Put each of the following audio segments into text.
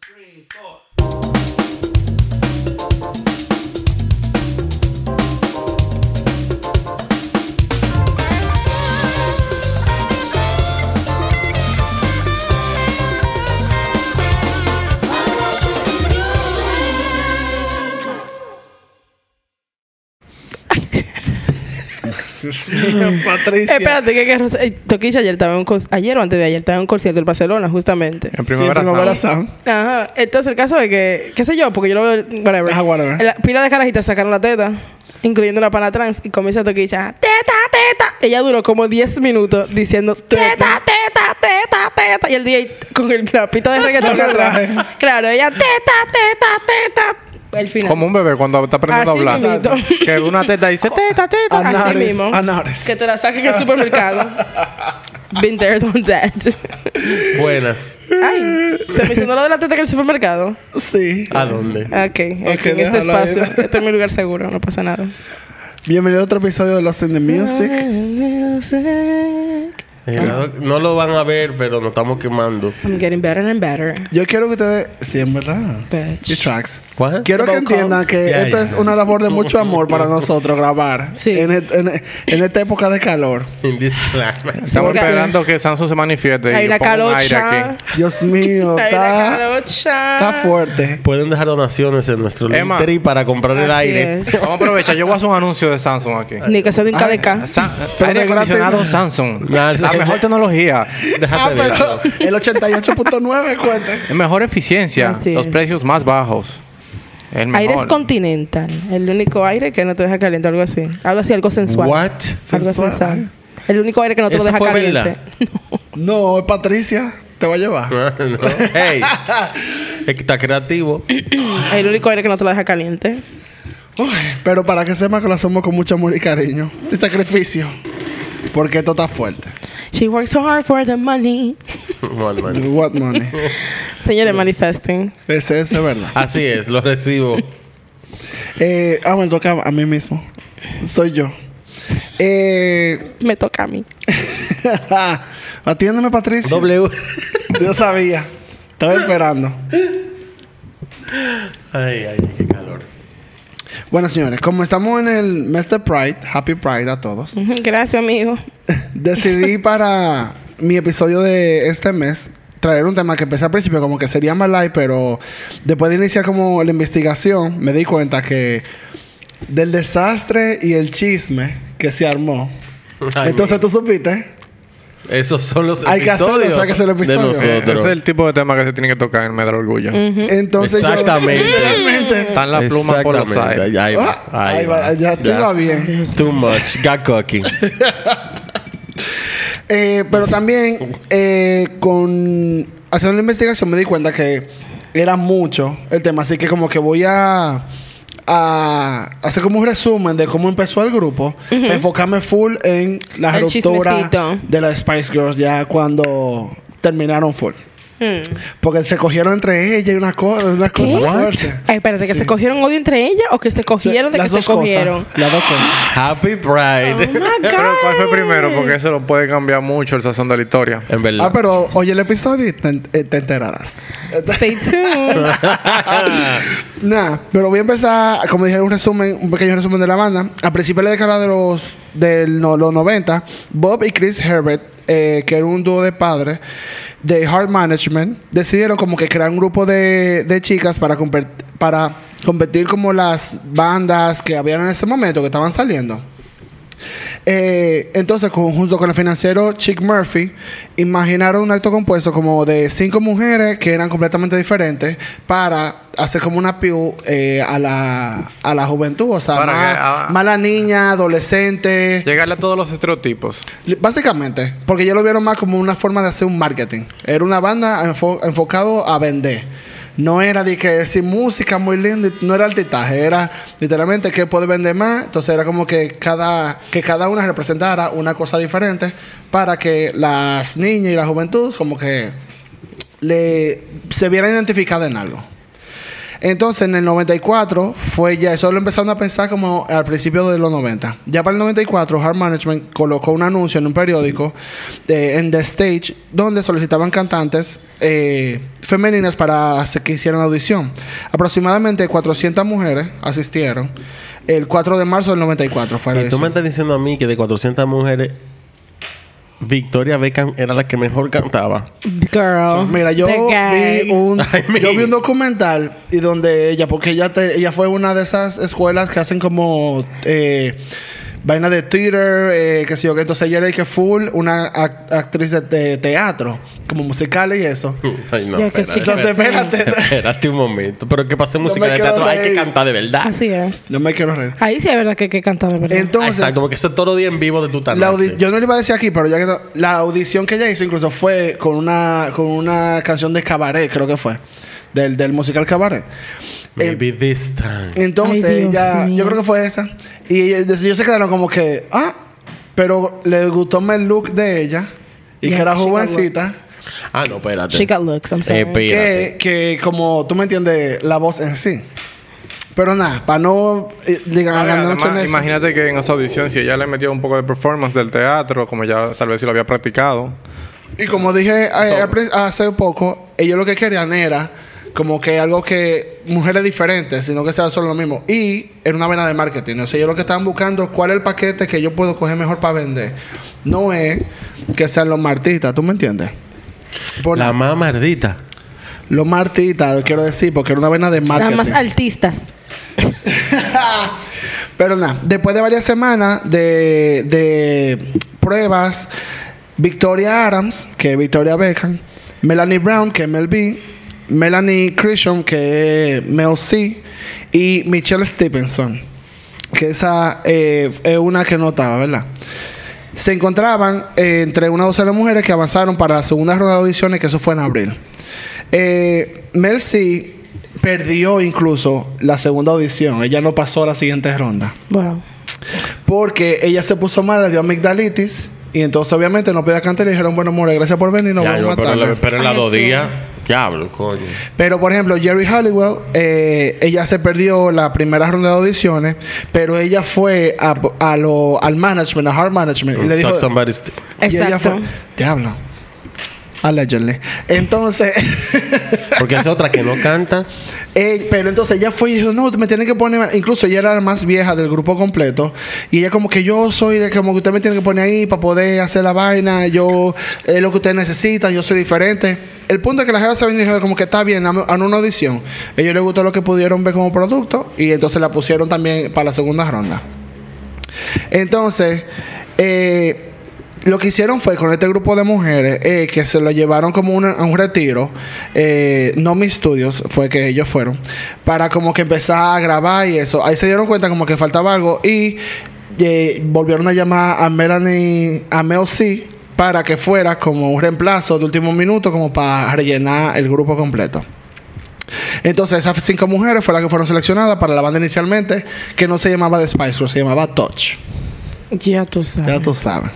three, four. Dios mío, Patricia. Espérate, que, que eh, Toquicha ayer estaba en un cons- ayer o antes de ayer estaba en un concierto del Barcelona, justamente. En Sí, en primavera. primavera Sound. Sound. Ajá. Entonces el caso de que, qué sé yo, porque yo lo veo, whatever. Ah, whatever. La pila de carajitas sacaron la teta, incluyendo una pana trans, y comienza Toquicha, teta, teta. Ella duró como 10 minutos diciendo, teta, teta, teta, teta. Y el DJ con el, la pita de reggaetón atrás. Claro, ella, teta, teta, teta. El final. Como un bebé cuando está aprendiendo Así a hablar. mismito. Ah, Que una teta dice teta, teta. Así Anares, mismo. Anares. Que te la saquen al supermercado. Been there, done that. Buenas. Ay, se me sonó lo de la teta en el supermercado. Sí. ¿A dónde? Ok, aquí Ok, en este déjalo ahí. espacio. Este es mi lugar seguro, no pasa nada. Bienvenido a otro episodio de Lost in the Music. Eh, No, no lo van a ver, pero nos estamos quemando. I'm getting better and better. Yo quiero que ustedes... Sí, en verdad. Bitch. Y tracks. ¿Cuál? Quiero que Vocals. entiendan que Ya, esto ya. es una labor de mucho amor para nosotros grabar Sí. en, et- en- e- en esta época de calor. In this class. Estamos Porque- esperando que Samsung se manifieste. y Hay yo una pongo un aire calocha. aquí. Dios mío, Hay una está, calocha. está fuerte. Pueden dejar donaciones en nuestro Emma. Linktree para comprar el Así aire. es. Vamos a aprovechar. Yo voy a hacer un anuncio de Samsung aquí. Ni que sea de un KDK. Sa- Pero aire de gratis. acondicionado Samsung. Nah, La Ah, sí. mejor tecnología. Ah, Déjate de pero eso. el 88.9 cuente. la Mejor eficiencia. Así los es. precios más bajos. El mejor. Aire es continental. El único aire que no te deja caliente, algo así. Algo así, algo sensual. What? Algo Sensual. sensual. El único aire que no te lo ¿Esa deja fue caliente. Bella? No, es Patricia. Te va a llevar. Ah, no. Hey. Es que Está creativo. El único aire que no te lo deja caliente. Uy, pero para que sepa que lo hacemos con mucho amor y cariño. Y sacrificio. Porque esto está fuerte. She works so hard for the money. Bueno, bueno. What money. Señores, manifesting. Ese, ese es verdad. Así es, lo recibo. Eh, ah, me toca a mí mismo. Soy yo. Eh, Me toca a mí. atiéndeme, Patricia. W. Yo sabía. Estaba esperando. Ay, ay, qué calor. Bueno, señores, como estamos en el mes de Pride, Happy Pride a todos, Ujú, Gracias, amigo. decidí para mi episodio de este mes traer un tema que empecé al principio como que sería más light, pero después de iniciar como la investigación, me di cuenta que del desastre y el chisme que se armó. Ay, Entonces, ¿tú supiste? mi- esos son los Hay que hacerlo, episodios hay que hacer el episodio. de Eh, ese es nosotros. el tipo de tema que se tiene que tocar en el del Orgullo. Entonces yo- Exactamente. literalmente. Están las plumas por los aires. Exactamente. Ahí va, Ah, ahí va, ya tú va bien. It's Too much. Got cocky. Eh, pero también eh, con haciendo la investigación me di cuenta que era mucho el tema, así que como que voy a, a hacer como un resumen de cómo empezó el grupo, enfocarme full en la El ruptura chismecito. de las Spice Girls ya cuando terminaron full. Mm. Porque se cogieron entre ellas y una cosa, una cosa fuerte. Ay, espérate, ¿que se cogieron odio entre ellas o que se cogieron de Las que se dos cosas, cogieron? las dos Ah. cosas. Happy Pride. Oh my Pero ¿cuál fue God. primero? Porque eso lo puede cambiar mucho el sazón de la historia. En verdad. Ah, pero oye el episodio y te, en- eh, te enterarás. Stay tuned. Nada, pero voy a empezar, como dije, un resumen, un pequeño resumen de la banda. A principios de la década de los, de los 90, Bob y Chris Herbert, eh, que era un dúo de padres de Hard Management, decidieron como que crear un grupo de, de chicas para, compet- para competir como las bandas que habían en ese momento, que estaban saliendo. Eh, entonces, con- junto con el financiero Chick Murphy, imaginaron un acto compuesto como de cinco mujeres que eran completamente diferentes para hacer como una piu eh, a, la, a la juventud. O sea, Para más, que, ah. más la niña, adolescente. Llegarle a todos los estereotipos. Básicamente, porque ellos lo vieron más como una forma de hacer un marketing. Era una banda enfo- enfocado a vender. No era de que sin música muy lindo, y no era altitaje, era literalmente que puede vender más. Entonces era como que cada, que cada una representara una cosa diferente para que las niñas y la juventud como que le, se vieran identificadas en algo. Entonces, en el 94 fue ya, eso lo empezaron a pensar como al principio de los 90. Ya para el 94, Hard Management colocó un anuncio en un periódico eh, en The Stage donde solicitaban cantantes eh, femeninas para hacer- que hicieran audición. Aproximadamente 400 mujeres asistieron. El 4 de marzo del 94 fue la Y tú edición. me estás diciendo a mí que de 400 mujeres, Victoria Beckham era la que mejor cantaba. Girl. Mira, yo The guy. vi, un, Oh, Ay, mi. yo vi un documental y donde ella, porque ella, te- ella fue una de esas escuelas que hacen como eh, vaina de Twitter, eh, que sé yo, que entonces ella era el que full, una act- actriz de, de teatro, como musical y eso. Ay, no. Ya que sí, espérate, Entonces, sí. espérate. Espérate un momento. Pero que pase música me de quiero teatro. Hay que reír. cantar de verdad. Así es. No me quiero reír. Ahí sí es verdad que hay que cantar de verdad. Entonces, Ah, Exacto, porque eso es todo lo día en vivo de tu La talento. audi- Yo no le iba a decir aquí, pero ya que no- la audición que ella hizo incluso fue con una, con una canción de cabaret, creo que fue, del, del musical cabaret. eh, Maybe this time. Entonces, Ay, Dios ella- mío. yo creo que fue esa. Y ellos ellos se quedaron como que, ah, pero le gustó más el look de ella y Yeah, que era she got jovencita. looks. Ah, no, espérate. She got looks, I'm sorry. Que, Espérate. que como tú me entiendes, la voz en sí. Pero nada, para no eh, digan A ver, hablando mucho en además, eso. imagínate que en esa audición, si ella le metió un poco de performance del teatro, como ya tal vez si lo había practicado, Y como dije eh, al prin- hace poco, ellos lo que querían era como que algo que mujeres diferentes, sino que sea solo lo mismo. Y era una vena de marketing. O sea, ellos lo que estaban buscando, cuál es el paquete que yo puedo coger mejor para vender. No es que sean los martitas, ¿tú me entiendes? Por La la- más mardita. los martitas, lo quiero decir, porque era una vena de Nada marketing. más artistas. Pero nada, después de varias semanas de, de pruebas, Victoria Adams, que es Victoria Beckham, Melanie Brown, que es Mel B, Melanie Christian, que es Mel C, y Michelle Stevenson, que esa eh, es una que no estaba, ¿verdad? Se encontraban eh, entre una docena de mujeres que avanzaron para la segunda ronda de audiciones, que eso fue en abril. Eh, Mel C perdió incluso la segunda audición. Ella no pasó a la siguiente ronda. Bueno. Porque ella se puso mal, le dio amigdalitis. Y entonces, obviamente, no podía cantar y le dijeron, bueno, more, gracias por venir, nos Ya, vamos a yo, pero, matarla". la- pero en la Ay, dos sí. días. Diablo, coño. Pero, por ejemplo, Jerry Halliwell, eh, ella se perdió la primera ronda de audiciones, pero ella fue a, a lo, al management, a hard management, y le dijo... Suck somebody's dick. y ella Exacto. fue, Diablo. Allegedly. Entonces... Porque es otra que no canta. Eh, pero entonces ella fue y dijo, no, me tienen que poner, incluso ella era la más vieja del grupo completo, y ella como que yo soy, la- como que usted me tiene que poner ahí para poder hacer la vaina, yo es lo que ustedes necesitan, yo soy diferente. El punto es que la gente se vino y dijeron como que está bien, a una audición. Ellos les gustó lo que pudieron ver como producto y entonces la pusieron también para la segunda ronda. Entonces, eh, lo que hicieron fue con este grupo de mujeres eh, que se lo llevaron como una- a un retiro, eh, no mis estudios, fue que ellos fueron, para como que empezar a grabar y eso. Ahí se dieron cuenta como que faltaba algo y eh, volvieron a llamar a Melanie, a Mel C, para que fuera como un reemplazo de último minuto, como para rellenar el grupo completo. Entonces, esas cinco mujeres fueron las que fueron seleccionadas para la banda inicialmente, que no se llamaba The Spice Girls, se llamaba Touch. Ya tú sabes. Ya tú sabes.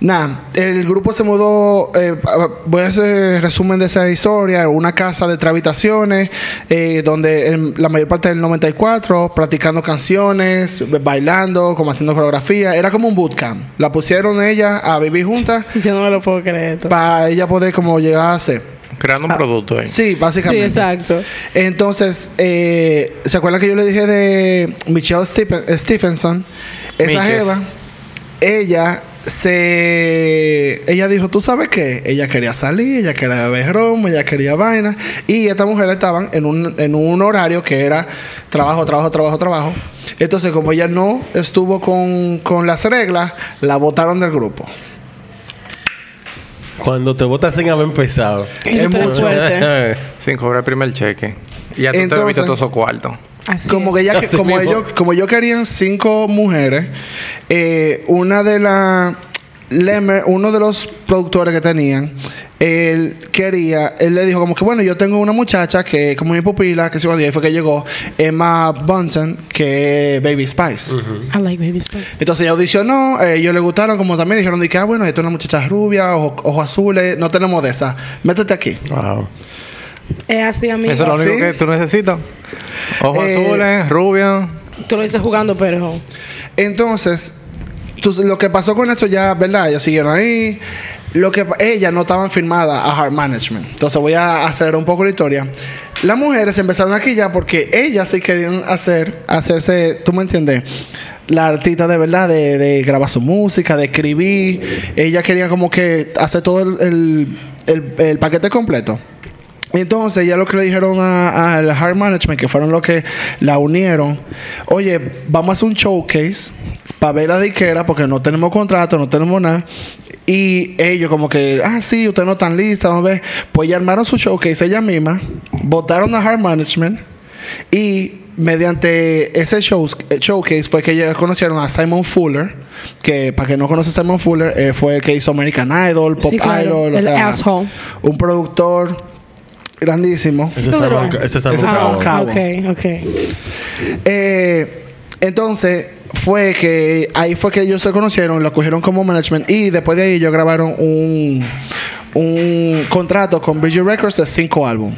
Nada, el grupo se mudó. eh, pa- voy a hacer resumen de esa historia. Una casa de tres habitaciones, eh, donde en la mayor parte del 94, practicando canciones, bailando, como haciendo coreografía. Era como un bootcamp. La pusieron ella a vivir juntas Yo no me lo puedo creer. esto. para ella poder, como, llegar a hacer. creando un producto ahí. Sí, Sí, básicamente. exacto. Entonces, eh, ¿se acuerdan que yo le dije de Michelle Stephen- Stephenson? Esa Miches. jeva, ella se. Ella dijo, ¿tú sabes qué? Ella quería salir, ella quería beber ron, ella quería vaina. Y estas mujeres estaban en un, en un horario que era trabajo, trabajo, trabajo, trabajo. Entonces, como ella no estuvo con, con las reglas, la botaron del grupo. Cuando te votas sin haber empezado. Es, Es pero mucho. Eh, fuerte. Sin cobrar el primer cheque. Y ya tú te Entonces- viste todo eso cuarto. Así como es. que ella, que- Así como mismo. ellos, como ellos querían cinco mujeres, eh, una de las Lemmer, uno de los productores que tenían, él quería, él le dijo como que bueno, yo tengo una muchacha que como mi pupila, que se día fue que llegó Emma Bunsen, que es Baby Spice. I like baby spice. Entonces ella audicionó, eh, ellos le gustaron, como también dijeron de que ah, bueno, esto es una muchacha rubia, ojo- ojos azules, no tenemos de esas, métete aquí. Wow. Es así, amigo. Eso es lo único ¿Sí? que tú necesitas. Ojos Eh, azules, rubia. Tú lo dices jugando, pero. Entonces, tú- lo que pasó con esto ya, ¿verdad? Ellos siguieron ahí. Lo que ellas no estaban firmadas a Hard Management. Entonces voy a acelerar un poco la historia. Las mujeres empezaron aquí ya porque ellas sí querían hacer, hacerse, tú me entiendes, la artista de verdad, de, de grabar su música, de escribir. Ellas querían como que hacer todo el- el- el- el paquete completo. Entonces, ya lo que le dijeron a- al Hard Management, que fueron los que la unieron, oye, vamos a hacer un showcase para ver la diquera, porque no tenemos contrato, no tenemos nada. Y ellos, como que, ah, sí, ustedes no están listas, vamos a ver. Pues ya armaron su showcase ellas mismas, votaron a Hard Management y. Mediante ese shows- eh, showcase fue que ellas conocieron a Simon Fuller, que para que no conoce a Simon Fuller, eh, fue el que hizo American Idol, Pop Sí, claro, Idol, el asshole. un productor grandísimo. Ese Tú, Simon- bro. ese Simon Ese Simon Cowell. Cowell. Cabo. Ok, ok. Eh, entonces fue que ahí fue que ellos se conocieron, lo cogieron como management y después de ahí ellos grabaron un, un contrato con Virgin Records de cinco álbumes.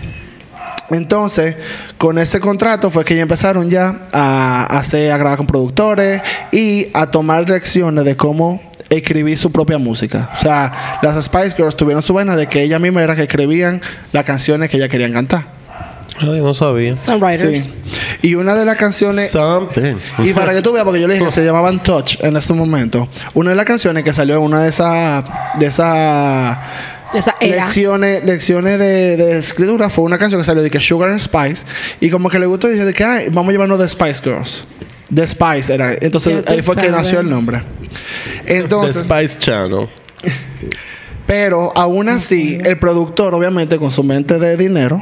Entonces, con ese contrato fue que ya empezaron ya a hacer, a grabar con productores y a tomar lecciones de cómo escribir su propia música. O sea, las Spice Girls tuvieron su vaina de que ellas mismas eran que escribían las canciones que ellas querían cantar. Ay, no sabía. Songwriters. Sí. Y una de las canciones Something. y para que tú veas, porque yo le dije que se llamaban Touch en ese momento. Una de las canciones que salió en una de esas de esas De Esa era. lecciones, lecciones de, de escritura fue una canción que salió de que Sugar and Spice. Y como que le gustó y dice de que "Ay, vamos a llevarnos de Spice Girls. De Spice era. Ya Entonces tú ahí fue que sabes. nació el nombre. The Entonces, Spice Channel. pero aún así, el productor, obviamente, con su mente de dinero,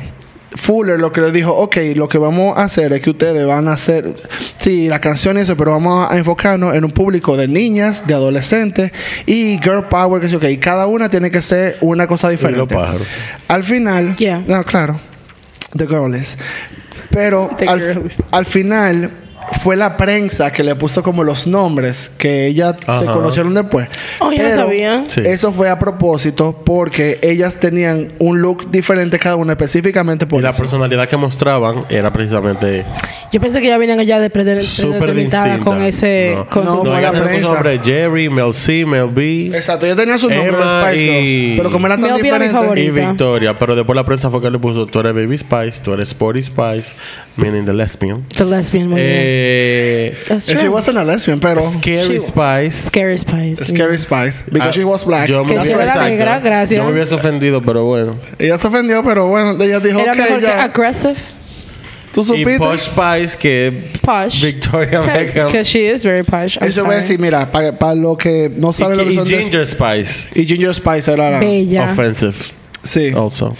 Fuller lo que le dijo, ok, lo que vamos a hacer es que ustedes van a hacer, sí, la canción y eso, pero vamos a enfocarnos en un público de niñas, de adolescentes y girl power, que sí, ok, cada una tiene que ser una cosa diferente. pájaros. Al final, Yeah. no, claro, The Girls. Pero The al, girlies. al final fue la prensa que le puso como los nombres que ella se Ajá. conocieron después. Oh, yo no sabía. Sí. Eso fue a propósito porque ellas tenían un look diferente cada una específicamente por Y la eso. personalidad que mostraban era precisamente. Yo pensé que ya venían allá de prender Súper distinta. con ese. No. Con No, su No, fue la ella se le puso prensa. sobre Jerry, Mel C, Mel B Exacto, ellas tenían su nombre de Emma Spice y- Girls, pero como eran tan Mel B era mi diferentes. favorita. y Ahorita. Victoria. Pero después la prensa fue que le puso: Tú eres Baby Spice, tú eres Sporty Spice, meaning the lesbian. The lesbian muy bien. Eh, That's And She true. wasn't a lesbian, pero She- Scary Spice. Scary Spice. Scary Spice because Ah, she was black. Yo me, Que That's si hubiese- era right. negra, exacto. gracias. yo me hubiese ofendido, pero bueno. Ella se ofendió, pero bueno, ella dijo, Mm. Era mejor ok, que ya, aggressive. tú Y Posh supiste. Spice, que Posh. Victoria Beckham. Because she is very posh. I'm Eso voy a sorry. decir, mira, para lo que no Y, saben lo que y son... de- Ginger Spice. Y Ginger Spice era la... Bella. Offensive, Sí. also.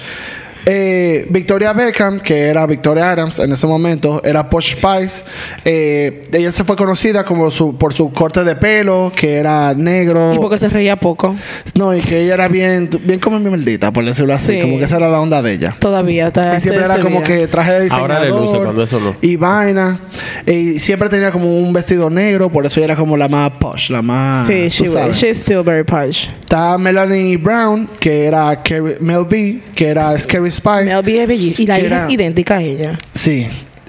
Eh, Victoria Beckham, que era Victoria Adams en ese momento, era Posh Spice. Eh, ella se fue conocida como su, por su corte de pelo, que era negro. Y porque se reía poco. No, y que ella era bien, bien como mi maldita, por decirlo así. Sí. Como que esa era la onda de ella. Todavía. hasta Y siempre este era como día. que traje de diseñador. Ahora le luce cuando eso no. Y vaina. Y siempre tenía como un vestido negro, por eso ella era como la más posh, la más... Sí, Ah, tú she sabes. was. She's still very posh. Está Melanie Brown, que era Carrie- Mel B, que era Scary Spice. Mel B es bellísima. Y la Que hija era- es idéntica a ella. Sí.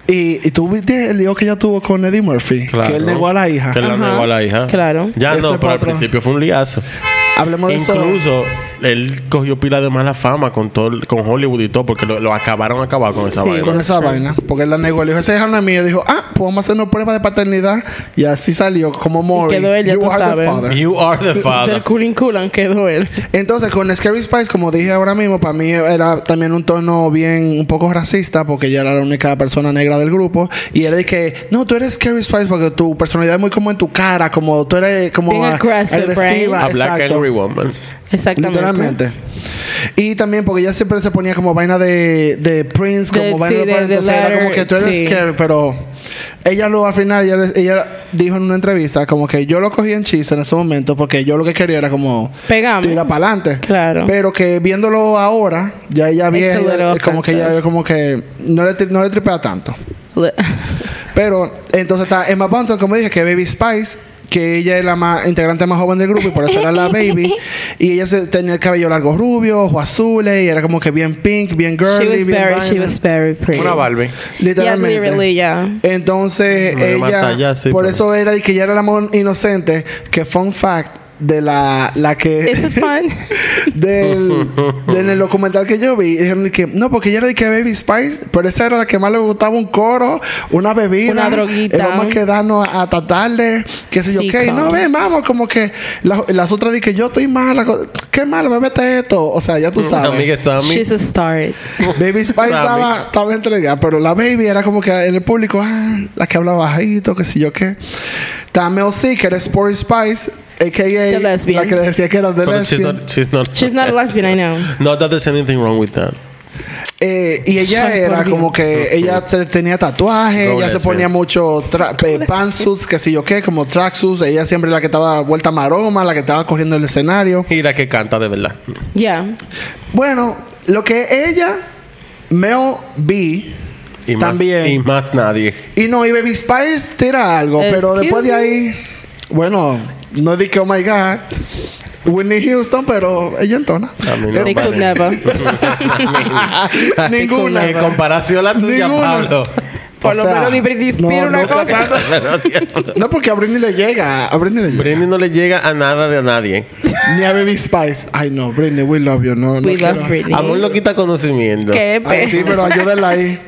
Y, y tú viste el lío que ella tuvo con Eddie Murphy. Claro. Que él negó a la hija. Que la Ajá. negó a la hija. Claro. Ya Ese no, pero al patrón. principio fue un liazo. Hablemos de eso. Incluso él cogió pila de mala fama con todo el- con Hollywood y todo, porque lo, lo acabaron acabar con esa Sí. vaina. Con esa vaina. Porque él la negó. Le dijo, ese hija no es mío. Dijo, ah, pues vamos a hacernos prueba de paternidad. Y así salió como Mori. quedó él, ya tú sabes. You are the Del father. culin culan quedó él. Entonces, con Scary Spice, como dije ahora mismo, para mí era también un tono bien un poco racista, porque ella era la única persona negra del grupo. Y era de que, no, tú eres Scary Spice porque tu personalidad es muy como en tu cara, como tú eres como Being a- aggressive, right? agresiva. A black Exacto. angry woman. Exactamente. Literalmente. Y también porque ella siempre se ponía como vaina de, de Prince, como De- vaina sí, de, de- Prince. de Entonces era como letter, que tú eres sí. scary, pero ella luego al final, ella, ella dijo en una entrevista como que yo lo cogí en chiste en ese momento porque yo lo que quería era como Pegamos. tirar para adelante. Claro. Pero que viéndolo ahora, ya ella It's a vieja, little ella- como que ella offensive. como que no le, tri- no le tripea tanto. Le- Pero entonces está Emma Bunton, como dije, que es Baby Spice, que ella es la más integrante más joven del grupo y por eso era la baby. Y ella se, tenía el cabello largo rubio, ojos azules, y era como que bien pink, bien She girly, was bien very, she vaina. was very pretty. Una Barbie. Yeah, Literalmente. literally, yeah. Entonces, Me mata ella, ya, sí, por pero- eso era de que ella era la más inocente, que fun fact de la, la Is que it fun? del, del el documental que yo vi, dijeron de que no, porque ella era de que Baby Spice, pero esa era la que más le gustaba un coro, una bebida, Una droguita. eh, vamos a quedarnos hasta tarde, qué sé yo, Chica. qué, no ven, vamos, como que la- las otras de que yo estoy mala, co- qué malo, bebete esto, o sea, ya tú La sabes. amiga estaba mi- She's a star. Baby Spice Rami. estaba, estaba entregada, pero la Baby era como que en el público, ah, la que habla bajito, qué sé yo qué. También sí, que era Sporty Spice, a.k.a. The lesbian. la que le decía que era de But she's lesbian. not, she's not. She's not a lesbian, I know. Not that there's anything wrong with that. Eh, y ella Ay, por era Dios. como que ella se- tenía tatuajes, Go ella se lesbians. ponía mucho tra- eh, pantsuits, qué sé yo qué, como tracksuits. Ella siempre la que estaba vuelta maroma, la que estaba corriendo el escenario. Y la que canta de verdad. Yeah. Bueno, lo que ella, Mel B, Y más, también. Y más nadie. Y no, y Baby Spice tira algo, pero Excuse después de me. ahí, bueno, no di que oh my god, Whitney Houston, pero ella entona. A mí no They could vale. never. Ninguna. En comparación a la tuya, Ninguna. Pablo. Por O lo sea, menos ni Britney Spears no, una no, cosa. No, porque a Britney le llega, a Britney le llega. Britney no le llega a nada de a nadie. Ni a Baby Spice. Ay no, Britney, we love you. No, no We quiero. love Britney. Amor lo quita conocimiento. Qué Ay, sí, pe. pero ayúdala ahí.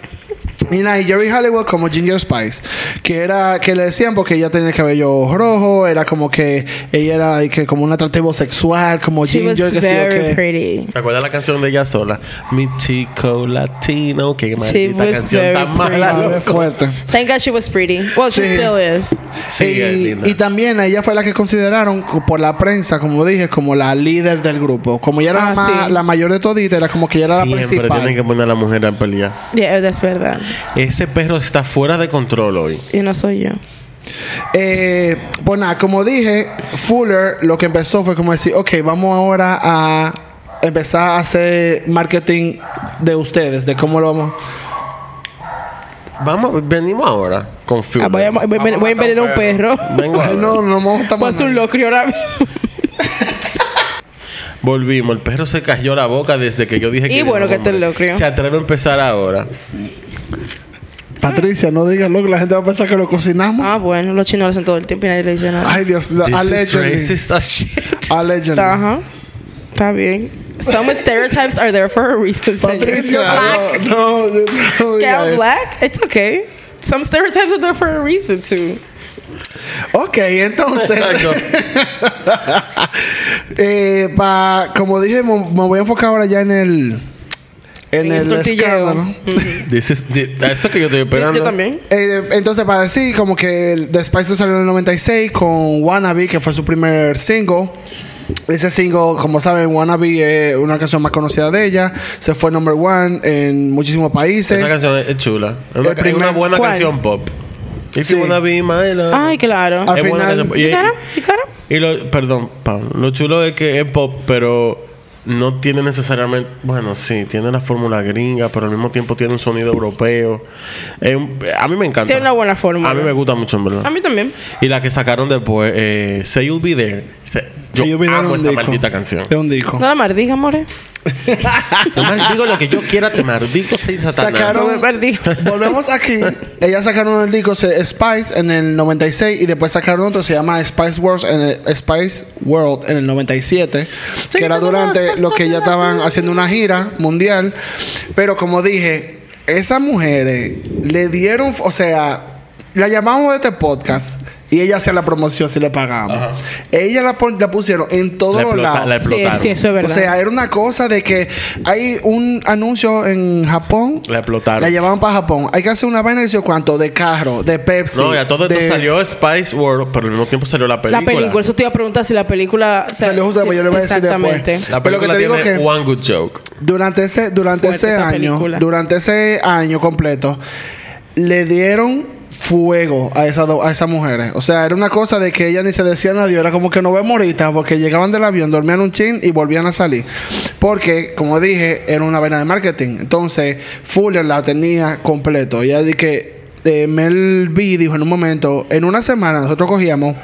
Y nada, y Jerry Halliwell como Ginger Spice, que era, que le decían porque ella tenía el cabello rojo, era como que ella era ay, que como un atractivo sexual, como She was Ginger, que sí o very qué. pretty. ¿Te acuerdas la canción de ella sola? Mi chico latino. She Qué maldita was canción very tan pretty. mala. Ah, loco. fuerte. Thank God she was pretty. Well, she Sí. still is. Sí, es y, linda. y también ella fue la que consideraron co- por la prensa, como dije, como la líder del grupo. Como ella era Ah, la, ma- sí. la mayor de todita, era como que ella era Siempre la tienen principal. que poner a la mujer a pelear. Yeah, that's verdad. Este perro está fuera de control hoy. Y no soy yo. Eh, pues nada, como dije, Fuller lo que empezó fue como decir, ok, vamos ahora a empezar a hacer marketing de ustedes, de cómo lo vamos. Vamos, venimos ahora con Fuller. Ah, Voy a voy a- voy a- voy a envenenar un perro. Vengo Ay, ahora. no, no vamos a estar Voy a más hacer Pues un nada. locrio ahora mismo. Volvimos. El perro se cayó la boca desde que yo dije que... Y era bueno, que hombre. te lo creo. Se atreve a empezar ahora. Patricia, no digas loco, la gente va a pensar que lo cocinamos. Ah, bueno, los chinos lo hacen todo el tiempo y nadie le dice nada. Ay, Dios, This is allegedly. racist as shit. Allegedly. Ajá. Está bien. Some stereotypes are there for a reason. señor. Patricia, no, no, yo no Ah, Que diga I'm eso. black, it's okay. Some stereotypes are there for a reason too. Ok, entonces. eh, pa- como dije, mo- me, voy a enfocar ahora ya en el. En, En el el, tortilleo. escándalo. This is... thi- Eso que yo estoy Yo, esperando. yo también. Eh, entonces, para decir, como que el- The Spice Girls salió en el 96 con Wannabe, que fue su primer single. Ese single, como saben, Wannabe es una canción más conocida de ella. Se fue number one en muchísimos países. Esa canción es chula. Es El una, primer- una buena ¿Cuál? canción pop. If Sí. you wanna be my love. Ay, claro. Al es buena final- canción pop. Y- You got him? You got him? Y lo, perdón, Pablo, lo chulo es que es pop, pero no tiene necesariamente, bueno, sí, tiene la fórmula gringa, pero al mismo tiempo tiene un sonido europeo. Es un- a mí me encanta. Tiene una buena fórmula. A mí me gusta mucho, en verdad. A mí también. Y la que sacaron después, eh, Say You'll Be There. Se- yo Sí, vi de amo un esta disco. maldita canción. De un disco. No la maldiga, more. Yo maldigo lo que yo quiera, te maldigo seis satanás. Sacaron- No me perdí. Volvemos aquí. Ellas sacaron el disco se- Spice en el 96 y después sacaron otro se llama Spice World en el, Spice World en el 97, que era durante lo que ya estaban haciendo una gira mundial, pero como dije, esas mujeres le dieron, o sea, la llamamos de este podcast y ella hacía la promoción si le pagamos. Ella la, pon- la pusieron en La, todos los explota- lados. la Sí, explotaron. sí, eso es verdad. O sea, era una cosa de que hay un anuncio en Japón. La explotaron. La llevaban para Japón. Hay que hacer una vaina de sé yo cuánto, de carro, de Pepsi. no, y a todo esto de- salió Spice World, pero al mismo tiempo salió la película. La película. Eso te iba a preguntar si la película... o sea, Salió justo, pero yo le voy a decir Exactamente. después. La Pero lo que película te digo tiene que- One Good Joke. Durante ese, durante Fuerte ese esa año, película. durante ese año completo, le dieron fuego a esas do- a esas mujeres. O sea, era una cosa de que ellas ni se decían adiós, era como que no vemos ahorita, porque llegaban del avión, dormían un chin y volvían a salir. Porque, como dije, era una vena de marketing. Entonces, Fuller la tenía completo. Ella di que eh, Mel B dijo en un momento, en una semana nosotros cogíamos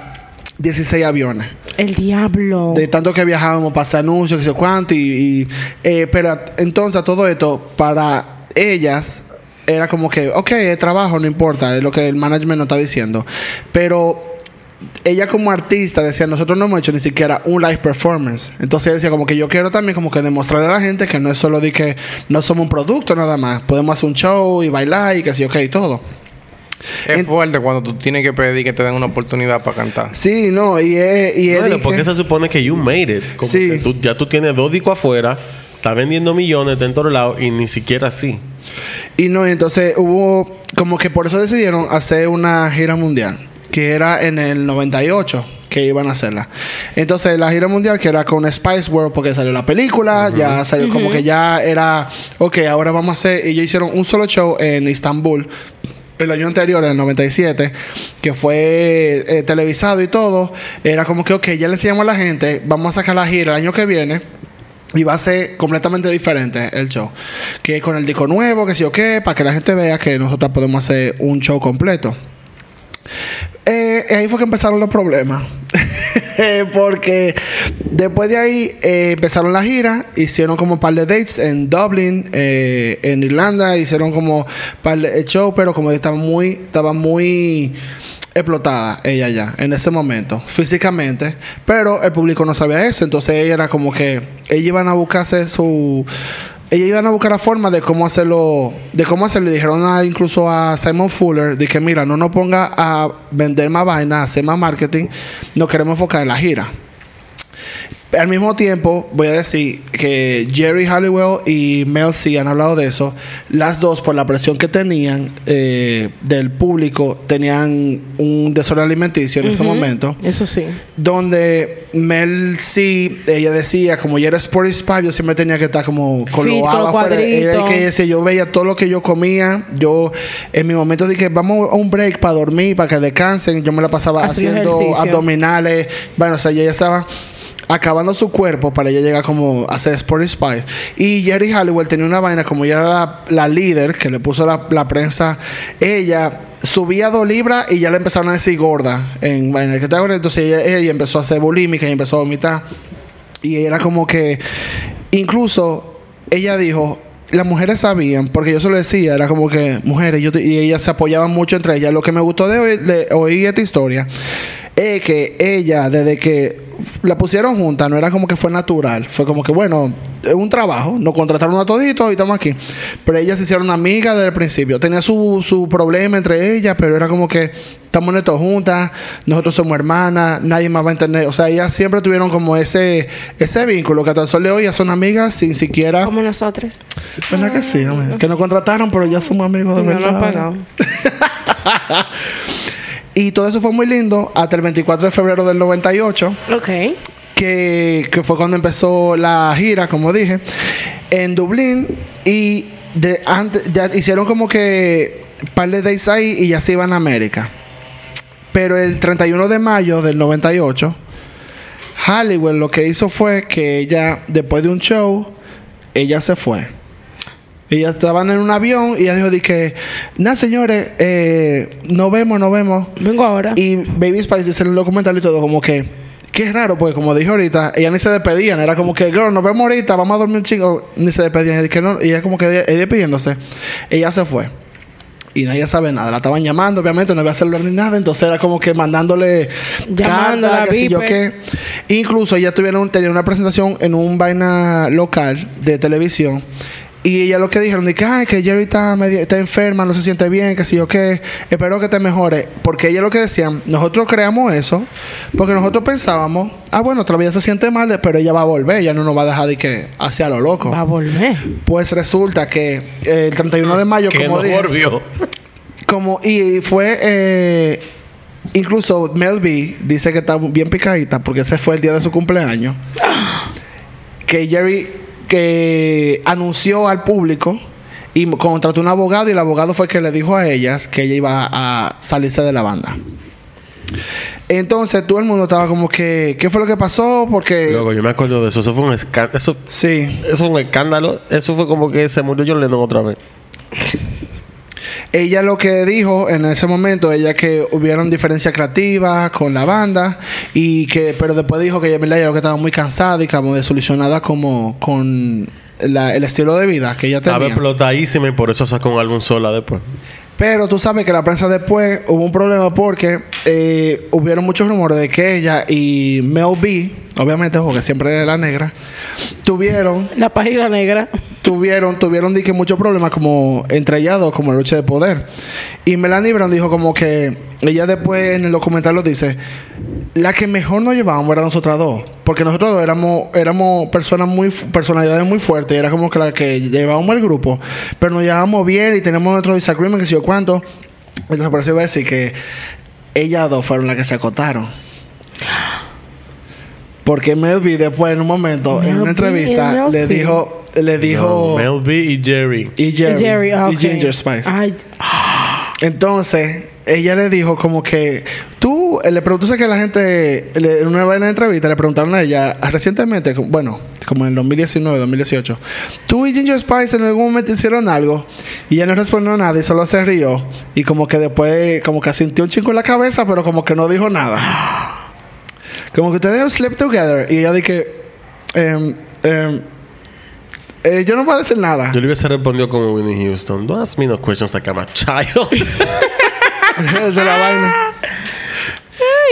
16 aviones. El diablo. De tanto que viajábamos para hacer anuncios, que sé cuánto, y... y, eh, pero entonces todo esto, para ellas, era como que, ok, es trabajo, no importa, es lo que el management nos está diciendo. Pero ella como artista decía, nosotros no hemos hecho ni siquiera un live performance. Entonces ella decía como que yo quiero también como que demostrarle a la gente que no es solo de que no somos un producto nada más, podemos hacer un show y bailar y que sí, ok, todo. Es En- fuerte cuando tú tienes que pedir que te den una oportunidad para cantar. Sí, no, y es... Y es Bueno, de porque que- se supone que you made it. Como Sí. que tú, ya tú tienes dos discos afuera, estás vendiendo millones dentro del lado y ni siquiera así. Y no, y entonces hubo como que por eso decidieron hacer una gira mundial, que era en el 98 que iban a hacerla. Entonces la gira mundial que era con Spice World porque salió la película, ya salió como que ya era, ok, ahora vamos a hacer, y ellos hicieron un solo show en Istambul el año anterior, en el 97, que fue eh, televisado y todo, era como que, ok, ya le enseñamos a la gente, vamos a sacar la gira el año que viene. Y va a ser completamente diferente el show. Que con el disco nuevo, que sí o qué, para que la gente vea que nosotros podemos hacer un show completo. Eh, ahí fue que empezaron los problemas. Eh, Porque después de ahí eh, empezaron la gira, hicieron como un par de dates en Dublin, eh, en Irlanda, hicieron como par de show, pero como estaba muy, estaba muy explotada ella ya en ese momento, físicamente, pero el público no sabía eso, entonces ella era como que ellos iban a buscarse su ellos iban a buscar la forma de cómo hacerlo, de cómo hacerlo. Le dijeron a- incluso a Simon Fuller, de que mira, no nos ponga a vender más vaina, a hacer más marketing, nos queremos enfocar en la gira. Al mismo tiempo, voy a decir que Jerry Halliwell y Mel C han hablado de eso. Las dos, por la presión que tenían eh, del público, tenían un desorden alimenticio en ese momento Eso sí. donde Mel C, ella decía, como yo era Sporty Spa, yo siempre tenía que estar como con Fit, los con los habas afuera. Era el cuadritos. que decía, yo veía todo lo que yo comía. Yo, en mi momento dije, vamos a un break para dormir, para que descansen. Yo me la pasaba Haciendo haciendo ejercicio. abdominales. Bueno, o sea, ella ya estaba acabando su cuerpo para ella llegar como a ser Sporty Spy. Y Jerry Halliwell tenía una vaina, como ella era la, la líder que le puso la, la prensa, ella subía dos libras y ya le empezaron a decir gorda en vaina. ¿Qué te acuerdas? Entonces ella, ella empezó a ser bulímica y empezó a vomitar. Y era como que, incluso ella dijo, las mujeres sabían, porque yo se lo decía, era como que mujeres, yo te- y ellas se apoyaban mucho entre ellas. Lo que me gustó de oír, de oír esta historia es que ella, desde que f- la pusieron junta, no era como que fue natural, fue como que, bueno, es un trabajo, nos contrataron a toditos y estamos aquí. Pero ellas se hicieron amigas desde el principio, tenía su, su problema entre ellas, pero era como que estamos en esto juntas, nosotros somos hermanas, nadie más va a entender, o sea, ellas siempre tuvieron como ese, ese vínculo que hasta el sol de hoy ya son amigas sin siquiera... Como nosotros. ¿Verdad que sí? hombre? Que nos contrataron, pero ya somos amigos de Y no verdad. nos han pagado. Y todo eso fue muy lindo hasta el 24 de febrero del 98, Ok. que, que fue cuando empezó la gira, como dije, en Dublín. Y de, antes, ya hicieron como que par de days ahí y ya se iban a América. Pero el 31 de mayo del 98, Halliwell lo que hizo fue que ella, después de un show, ella se fue. Ellas estaban en un avión y ella dijo, di que, nah, señores, eh, no vemos, no vemos. Vengo ahora. Y Baby Spice dice en el documental y todo como que... Que es raro, porque como dije ahorita, ellas ni se despedían. Era como que, girl, nos vemos ahorita, vamos a dormir un chingo. Ni se despedían. Y, que no, y ella como que ella, ella despidiéndose. Ella se fue. Y nadie sabe nada. La estaban llamando, obviamente, no había celular ni nada. Entonces era como que mandándole Llamándola, cartas, qué sé yo viper. qué. Incluso ella tuvieron, tenía una presentación en un vaina local de televisión. Y ella lo que dijeron, de que, ay, que Jerry está, medio- está enferma, no se siente bien, que sí yo qué, espero que te mejore. Porque ella lo que decían, nosotros creamos eso, porque nosotros pensábamos, ah, bueno, otra vez se siente mal, pero ella va a volver, ella no nos va a dejar de que hacia lo loco. Va a volver. Pues resulta que eh, el 31 de mayo, que como no dije, volvió. como y fue eh, incluso Mel B dice que está bien picadita porque ese fue el día de su cumpleaños que Jerry que anunció al público y m- contrató un abogado y el abogado fue que le dijo a ellas que ella iba a salirse de la banda entonces todo el mundo estaba como que ¿qué fue lo que pasó? porque Luego, yo me acuerdo de eso. Eso fue un escándalo. Eso, sí eso fue un escándalo. Eso fue como que se murió John Lennon otra vez. Ella lo que dijo en ese momento, ella que hubieron diferencias creativas con la banda y que, pero después dijo que ella en verdad, ella lo que estaba muy cansada y como desilusionada como con la- el estilo de vida que ella tenía. Estaba explotadísima y por eso sacó un álbum sola después. Pero tú sabes que la prensa después hubo un problema porque eh, hubieron muchos rumores de que ella y Mel B, obviamente porque siempre es la negra, tuvieron, La página negra. tuvieron, tuvieron di que muchos problemas como entre ellas dos, como la lucha de poder. Y Melanie Brown dijo como que ella después en el documental lo dice, la que mejor nos llevábamos era nosotras dos, porque nosotros dos éramos, éramos personas muy, fu- personalidades muy fuertes, y era como que la que llevábamos el grupo, pero nos llevábamos bien y teníamos nuestro disagreement, que sé yo cuánto. Entonces por eso iba a decir que ellas dos fueron las que se acotaron. Porque Mel B después en un momento, en Mel B una y entrevista, Mel le C. dijo, le dijo Mel B y Jerry. y Jerry, Jerry, ah, y ok. Ginger Spice. Ay, Entonces, ella le dijo como que tú, eh, le preguntó que la gente, le- en una vaina de entrevista, le preguntaron a ella ah, recientemente, como- bueno, como en el 2019, 2018, tú y Ginger Spice en algún momento hicieron algo y ella no respondió nada y solo se rió y como que después, como que sintió un chico en la cabeza, pero como que no dijo nada. Como que ustedes have slept together y ella dije, em, em, eh, yo no voy a decir nada. Yo le hubiese respondido como Winnie Houston. Don't ask me no questions like I'm a child. Esa es la vaina.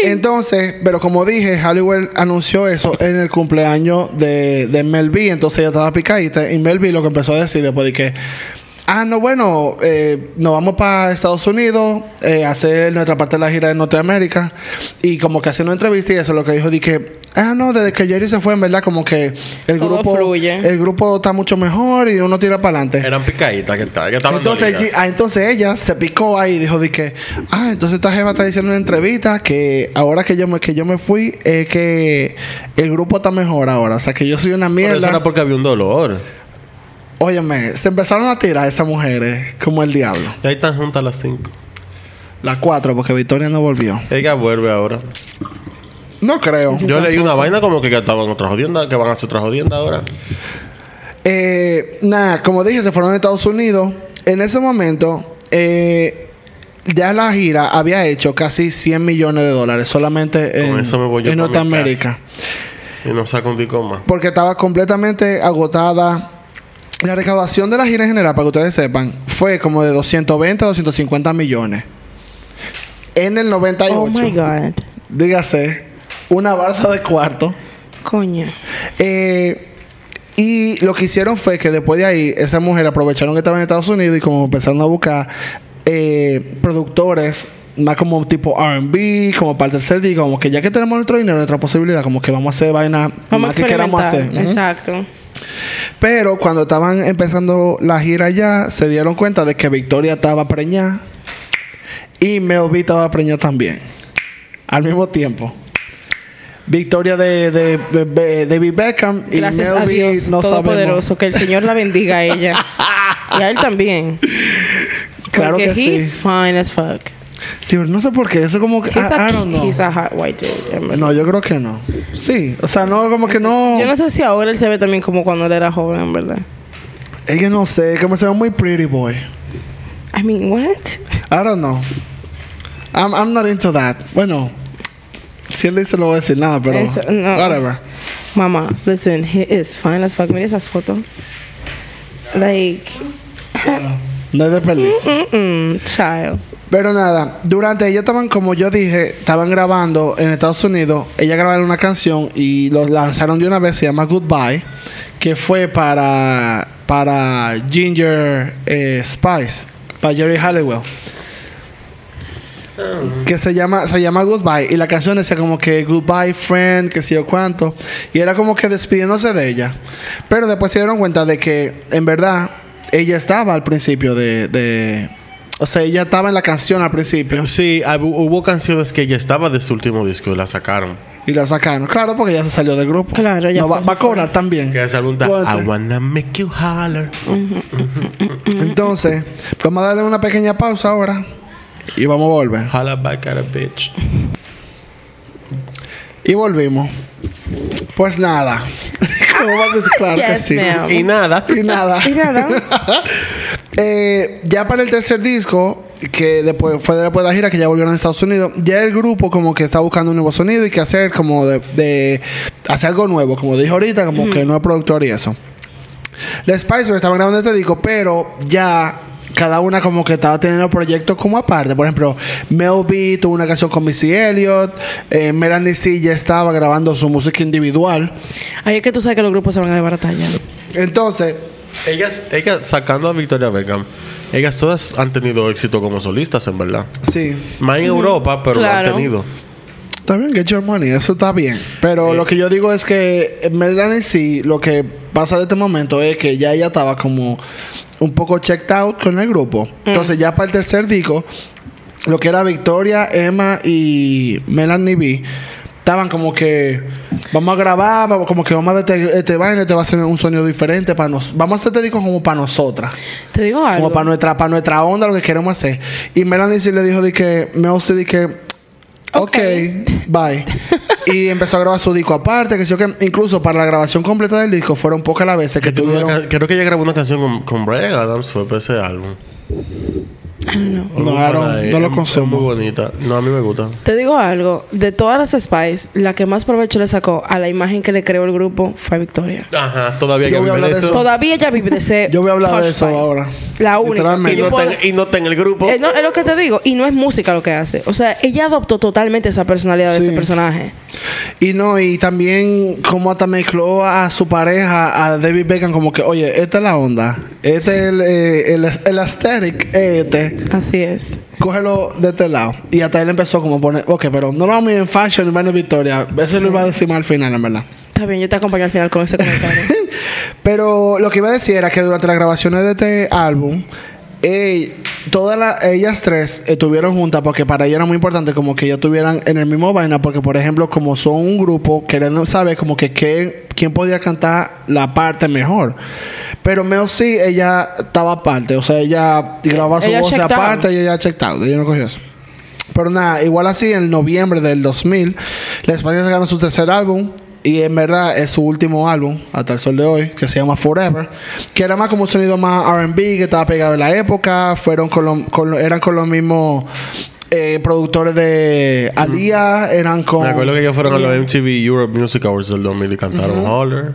Entonces, pero como dije, Halliwell anunció eso en el cumpleaños de, de Mel B. Entonces ella estaba picadita. Y Mel B lo que empezó a decir después de que, ah, no, bueno, eh, nos vamos para Estados Unidos eh, a hacer nuestra parte de la gira de Norteamérica. Y como que haciendo entrevista y eso, lo que dijo, de que, ah, no, desde que Jerry se fue, en verdad, como que el, Todo grupo, fluye. el grupo está mucho mejor y uno tira para adelante. Eran picaditas que estaban. Que estaban Entonces, dolidas. Gi- ah, entonces ella se picó ahí y dijo de que, ah, entonces esta jefa está diciendo en una entrevista que ahora que yo me, que yo me fui, es que el grupo está mejor ahora. O sea que yo soy una Pero eso mierda. era porque había un dolor. Óyeme, se empezaron a tirar esas mujeres como el diablo. Y ahí están juntas las cinco. Las cuatro, porque Victoria no volvió. Ella vuelve ahora. No creo. Yo leí una vaina como que estaban otras jodiendas, que van a hacer otras jodiendas ahora. Eh, nada, como dije, se fueron a Estados Unidos. En ese momento, eh, ya la gira había hecho casi 100 millones de dólares solamente en, Con eso me voy yo en pa' mi Norteamérica. Y no saca un disco más. porque estaba completamente agotada. La recaudación de la gira en general, para que ustedes sepan, fue como de 220 a 250 millones. En el 98, Oh my God. dígase, una balsa de cuarto. Coño. Eh, y lo que hicieron fue que después de ahí, esa mujer aprovecharon que estaba en Estados Unidos y como empezaron a buscar eh, productores más como tipo RB, como para el tercer día, como que ya que tenemos nuestro dinero, nuestra posibilidad, como que vamos a hacer vaina Vamos a más que queramos experimentar. hacer. Ujú. Exacto. Pero cuando estaban empezando la gira ya, se dieron cuenta de que Victoria estaba preñada y Mel B estaba preñada también. Al mismo tiempo. Victoria de, de, de- de David Beckham y Gracias Mel a B Dios no sabemos. Todopoderoso. Que el Señor la bendiga a ella. y a él también. Claro Porque que he sí. fine as fuck. Sí, no sé por qué. Eso como que... I, He's a, I don't know. he's a hot white dude. en verdad. No, yo creo que no. Sí. O sea, no, como que no... Yo no sé si ahora él se ve también como cuando él era joven, en verdad. Es que no sé. Como se ve muy pretty boy. I mean, what? I don't know. I'm, I'm not into that. Bueno, si él dice, no voy a decir nada, pero. Eso, no. Whatever. Mama, listen, he is fine as fuck. Mira esas fotos. Like, No hay desperdicio. mm-mm, child. Pero nada, durante ella estaban, como yo dije, estaban grabando en Estados Unidos. Ella grabaron una canción y lo lanzaron de una vez, se llama Goodbye, que fue para, para Ginger eh, Spice, para Jerry Halliwell. que se llama se llama Goodbye y la canción decía como que Goodbye Friend que sé yo cuánto y era como que despidiéndose de ella pero después se dieron cuenta de que en verdad ella estaba al principio de, de- o sea ella estaba en la canción al principio Sí, hab- hubo canciones que ya estaba de su último disco y la sacaron. y la sacaron claro porque ya se salió del grupo Claro, ya No, va, fue- va a cobrar también Que se pregunta, Fuerte. I wanna make you holler. entonces vamos a darle una pequeña pausa ahora y vamos a volver Holla back at a bitch. y volvimos pues nada ¿Cómo vas a decir? claro que Yes, sí ma'am. Y nada. y nada Y nada. Eh, ya para el tercer disco, que después fue después de la gira que ya volvieron a Estados Unidos, ya el grupo como que está buscando un nuevo sonido y que hacer como de, de hacer algo nuevo, como dije ahorita, como que no es productor y eso. La Spicer estaba grabando este disco, pero ya cada una como que estaba teniendo proyectos como aparte. Por ejemplo, Mel B tuvo una canción con Missy Elliott, eh, Melanie C ya estaba grabando su música individual. Ahí es que tú sabes que los grupos se van a desbaratar ya. Entonces, Ellas, ellas, sacando a Victoria Beckham, ellas todas han tenido éxito como solistas, en verdad. sí, Más en Europa, pero lo Claro. han tenido. Está bien, get your money, eso está bien. Pero lo que yo digo es que eh, Melanie sí, lo que pasa de este momento es que ya ella estaba como un poco checked out con el grupo. Entonces ya para el tercer disco, lo que era Victoria, Emma y Melanie B, estaban como que vamos a grabar, vamos, como que vamos a hacer este, este baile, te va a hacer un sonido diferente para nos, vamos a hacer este disco como para nosotras. Te digo algo. Como para nuestra, para nuestra onda, lo que queremos hacer. Y Melanie sí le dijo de que, Mel sí de que, ok, bye. y empezó a grabar su disco aparte, que sí o que, incluso para la grabación completa del disco fueron pocas las veces que Tuvo una tuvieron. ca- Creo que ella grabó una canción con, con Brian Adams, fue para ese álbum. Ah, No, I don't- Para él, no lo es- es consumo. eh, Muy bonita. No, a mí me gusta. Te digo algo. De todas las Spice, la que más provecho le sacó a la imagen que le creó el grupo fue a Victoria. Ajá, todavía hay Yo que voy a vivir hablar de eso. eso. Todavía ella vive de ser. Yo voy a hablar de Posh eso Spice. ahora. La única. Literalmente. que Y yo no, puedo- ten- y no está en el grupo. Eh, no, es lo que te digo. Y no es música lo que hace. O sea, ella adoptó totalmente esa personalidad de Sí. ese personaje. Y no, y también como hasta mezcló a su pareja, a David Beckham, como que, oye, esta es la onda. Este es el, eh, el, el aesthetic, eh, este. Así es. Cógelo de este lado. Y hasta él empezó como a poner, ok, pero no lo vamos en fashion, hermano Victoria. Eso lo iba a decir más al final, en verdad. Está bien, yo te acompaño al final con ese comentario. Pero lo que iba a decir era que durante las grabaciones de este álbum, eh, todas la- ellas tres estuvieron juntas porque para ella era muy importante como que ellas estuvieran en el mismo vaina. Porque, por ejemplo, como son un grupo, querían saber como que qué- quién podía cantar la parte mejor. Pero Mel sí, ella estaba aparte. O sea, ella grababa su Ella voz checked aparte y ella checked out. Ella no cogió eso. Pero nada, igual así, en noviembre del 2000, la España sacaron su tercer álbum. Y en verdad es su último álbum, hasta el sol de hoy, que se llama Forever. Que era más como un sonido más RB, que estaba pegado en la época. Fueron con lo- con lo- eran con los mismos eh, productores de Alía, eran con. Me acuerdo que ellos fueron a los MTV Europe Music Awards del 2000 y cantaron Holler.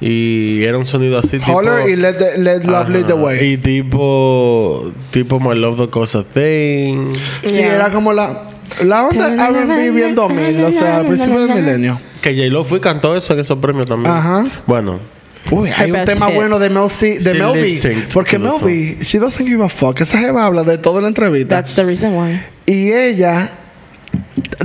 Y era un sonido así Holler tipo... y Let, the- Let Love Lead the Ajá. Way. Y tipo... Tipo My Love the Cosa Thing. sí, Yeah. era como la, la onda RB bien 2000, o sea, al principio del milenio. Que J-Lo fue y cantó eso en esos premios también. Ajá. Bueno. Uy, hay un Hyper tema Skate. bueno de Mel C, de She Mel B, lip-synced Porque to Mel the B, she doesn't give a fuck. Esa jeva habla de todo en la entrevista. That's the reason why. y ella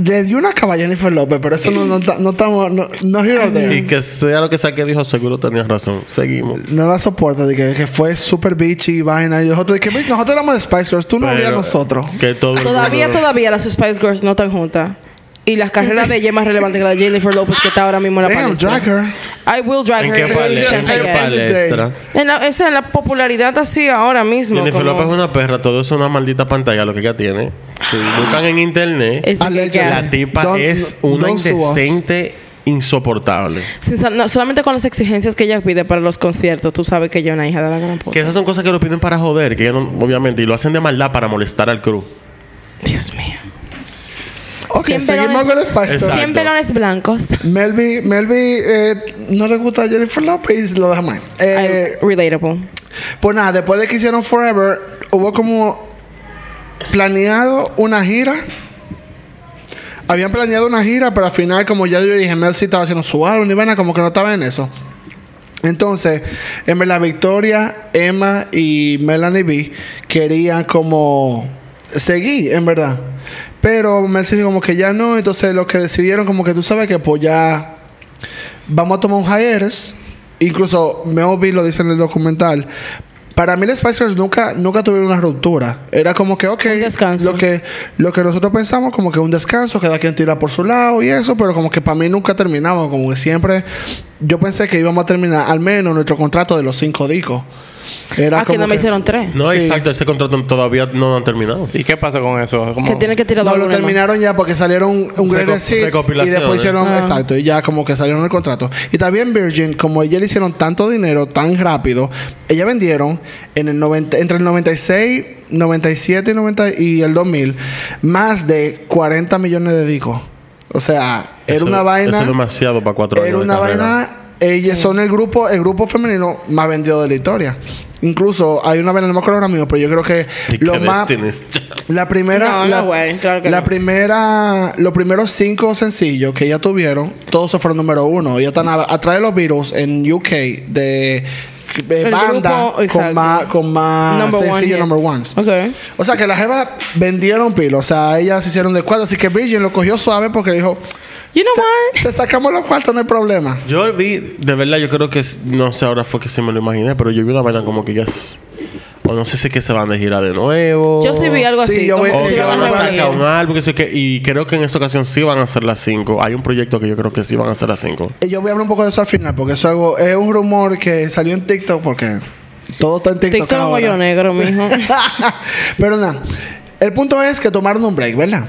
le dio una caballa a Jennifer López, pero eso no, no, ta- no estamos. No, no, here or there. Y que sea lo que sea que dijo, seguro tenías razón. Seguimos. No la soporta, de que, que fue super bitchy y vaina. Y nosotros, de que, "Bitch, nosotros éramos de Spice Girls, tú no habías Pero, nosotros. Que todo el Todavía, mundo- todavía las Spice Girls no están juntas. Y las carreras de ella es más relevante que la de Jennifer Lopez que está ahora mismo en la Damn, palestra. drag her. I will drag ¿En her. qué, pale- every en chance qué I get. palestra? En la- esa es la popularidad así ahora mismo. Jennifer como- López es una perra. Todo eso es una maldita pantalla lo que ella tiene. Si buscan en internet... Es de que- Allegedly. que La hace- tipa Ah, Don't- es don't una sue us. indecente insoportable. sin- no, solamente con las exigencias que ella pide para los conciertos, tú sabes que ella es una hija de la gran Que puta. esas son cosas que lo piden para joder, que ya no- obviamente, y lo hacen de maldad para molestar al crew. Dios mío. Ok, Siempre seguimos lo con Spice Girls. Exacto. Cien pelones blancos. Melby, Melby eh, no le gusta a Jennifer López y lo deja mal. Eh, I- relatable. Pues nada, después de que hicieron Forever, hubo como planeado una gira. Habían planeado una gira, pero al final, como ya yo dije, Mel sí estaba haciendo su álbum y vaina, como que no estaba en eso. Entonces, en verdad, Victoria, Emma y Melanie B querían como seguir, en verdad. Pero Mel sí dijo como que ya no, entonces lo que decidieron como que tú sabes que pues ya vamos a tomar un hiatus. Incluso Mel B lo dice en el documental. Para mí, los Spice Girls nunca, nunca tuvieron una ruptura. Era como que, ok, descanso. Lo, que, lo que nosotros pensamos, como que un descanso, cada quien tira por su lado y eso, pero como que para mí nunca terminamos. Como que siempre yo pensé que íbamos a terminar al menos nuestro contrato de los cinco discos. Ah, Era que como no me hicieron tres. No, Sí. exacto, ese contrato todavía no lo han terminado. ¿Y qué pasa con eso? Como- Que tiene que tirar No, dos lo lunes más. terminaron ya porque salieron un Great Reco- ¿eh? Six y recopilaciones. después hicieron, Ah. exacto, y ya como que salieron el contrato. Y también Virgin, como ella le hicieron tanto dinero tan rápido, ella vendieron en el 90, entre el 96, 97 y, 90 y el 2000 más de 40 millones de discos. O sea, era Eso- una vaina. Eso es demasiado para cuatro Era años. de una carrera. vaina. Ellas son el grupo, el grupo femenino más vendido de la historia. Incluso hay una vaina, no me acuerdo ahora mismo, pero yo creo que Y lo que más. Destiny's- La primera. No, no, la, güey, claro que la no. primera. Los primeros cinco sencillos que ya tuvieron, todos se fueron número uno. Ya están a- atrás de los Beatles en UK de. de El banda grupo, con exacto. más, con más Number one sencillos hits. number ones. Ok. O sea que las jevas vendieron pilo. O sea, ellas se hicieron de cuatro. Así que Virgin lo cogió suave porque dijo: You know what? Te sacamos los cuartos, no hay problema. Yo vi, de verdad, yo creo que, es- no sé, ahora fue que sí me lo imaginé, pero yo vi una vaina como que ya. es- O no sé si es que se van de gira de nuevo. Yo sí vi algo Sí, así. yo como voy- que O se que yo iban van a voy a reunir. sacar un álbum, que sé qué. Y creo que en esta ocasión sí van a ser las 5. Hay un proyecto que yo creo que sí van a ser las 5. Y Eh, Yo voy a hablar un poco de eso al final, porque eso es algo- es un rumor que salió en TikTok, porque todo está en TikTok. TikTok es un hoyo ahora. negro, mijo. Pero nada, el punto es que tomaron un break, ¿verdad?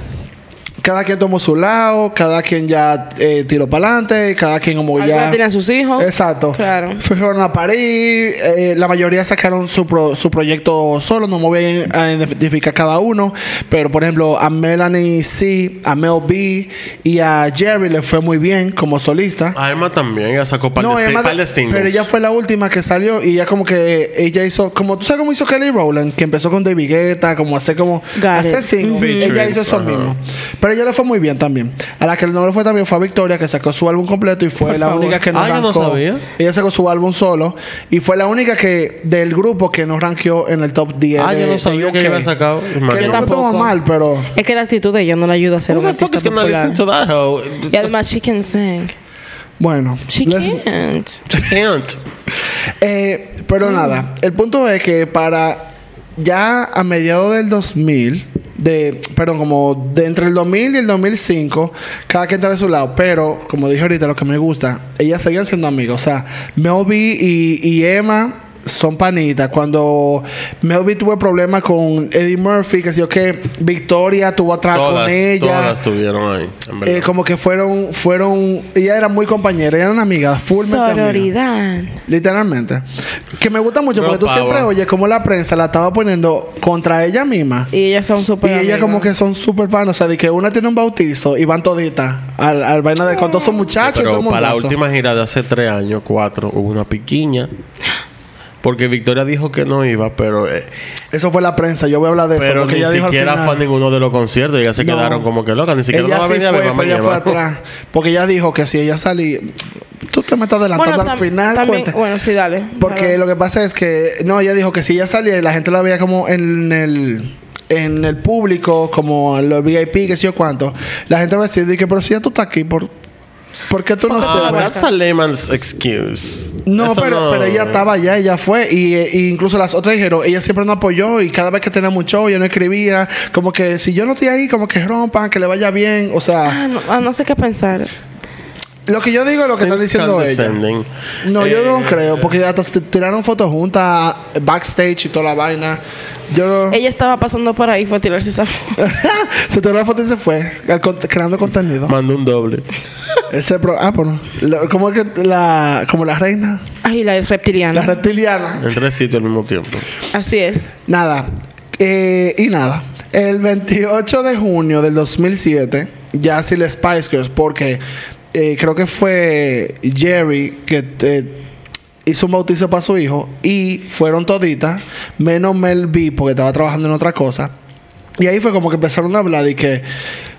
Cada quien tomó su lado, cada quien ya eh, tiró para adelante, cada quien como ya. Algunas tienen a sus hijos. Exacto. Claro. Fueron a París, eh, la mayoría sacaron su, pro- su proyecto solo, no me voy a identificar cada uno, pero por ejemplo a Melanie C, a Mel B y a Jerry le fue muy bien como solista. A Emma también, ella sacó par de, ella si- más par de- de singles. pero ella fue la última que salió y ya como que ella hizo como tú sabes cómo hizo Kelly Rowland que empezó con David Guetta como hacer como Got hacer it. singles ella Featurings, hizo eso ajá. mismo pero ella le fue muy bien también a la que no le fue también fue a Victoria que sacó su álbum completo y fue Por la favor. única que no Ah, yo no rancó. sabía. ella sacó su álbum solo y fue la única que del grupo que no ranqueó en el top 10 Ah, de- yo no de sabía que UK. había sacado. que Imagínate. no estuvo tampoco. mal pero Es que la actitud de ella no le ayuda a ser Who un the fuck artista is gonna popular. listen to that hoe? Y además, she can sing. bueno She let's- can't. Can't. Eh, pero nada, el punto es que para ya a mediados del 2000, de, perdón, como de entre el 2000 y el 2005, cada quien estaba de su lado. Pero, como dije ahorita, lo que me gusta, ellas seguían siendo amigos. O sea, Melby y, y Emma son panitas. Cuando Melby tuvo problemas con Eddie Murphy, que sé yo que Victoria tuvo atrás Todas, con ella. todas estuvieron ahí. en verdad. Eh, como que fueron, fueron, ella era muy compañera, ella eran amigas, full Sororidad. Literalmente. Que me gusta mucho Girl porque tú power. siempre oyes cómo la prensa la estaba poniendo contra ella misma. Y ellas son súper Y ella amigas. como que son súper panas. O sea, de que una tiene un bautizo y van toditas al, al vaina de con todos sus muchachos y todo Pero el para la mundazo. última gira de hace tres años, cuatro, hubo una piquiña. Porque Victoria dijo que no iba, pero, eh, Eso fue la prensa. Yo voy a hablar de eso. pero Porque ni ella dijo al siquiera final- fue a ninguno de los conciertos. Ellas se No. quedaron como que locas. Ni siquiera Ella no va a sí venir a fue, ver mamá pero ella fue lleva. atrás. Porque ella dijo que si ella salía... Tú te me estás adelantando Bueno, al tam- final. también, cuenta. bueno, sí, dale. Porque Dale. lo que pasa es que, no, ella dijo que si ella salía y la gente la veía como en el, en el público, como en los VIP, que sé yo cuánto, la gente va a decir, de que, pero si ya tú estás aquí, ¿por, ¿por qué tú no Ah, subes? that's a layman's excuse. No Eso pero, pero ella estaba allá, ella fue. Y, eh, y incluso las otras dijeron, ella siempre nos apoyó y cada vez que tenía mucho, yo no escribía. Como que si yo no estoy ahí, como que rompan, que le vaya bien. O sea, Ah, no, ah, no sé qué pensar. lo que yo digo es lo que están Seems diciendo ella. condescending. No, yo Eh, no creo, porque hasta se tiraron fotos juntas, backstage y toda la vaina. Yo Ella estaba pasando por ahí fue a tirarse esa foto. se tiró la foto y se fue, al con- creando contenido. Mandó un doble. Ese pro- ah, bueno. Lo- ¿Cómo es que la, como la reina? Ay, la reptiliana. La reptiliana. En tres sitios al mismo tiempo. Así es. Nada. Eh, y nada. El 28 de junio del 2007, ya sí la Spice Girls, porque eh, creo que fue Jerry que eh, hizo un bautizo para su hijo y fueron toditas, menos Mel B, porque estaba trabajando en otra cosa. Y ahí fue como que empezaron a hablar y que,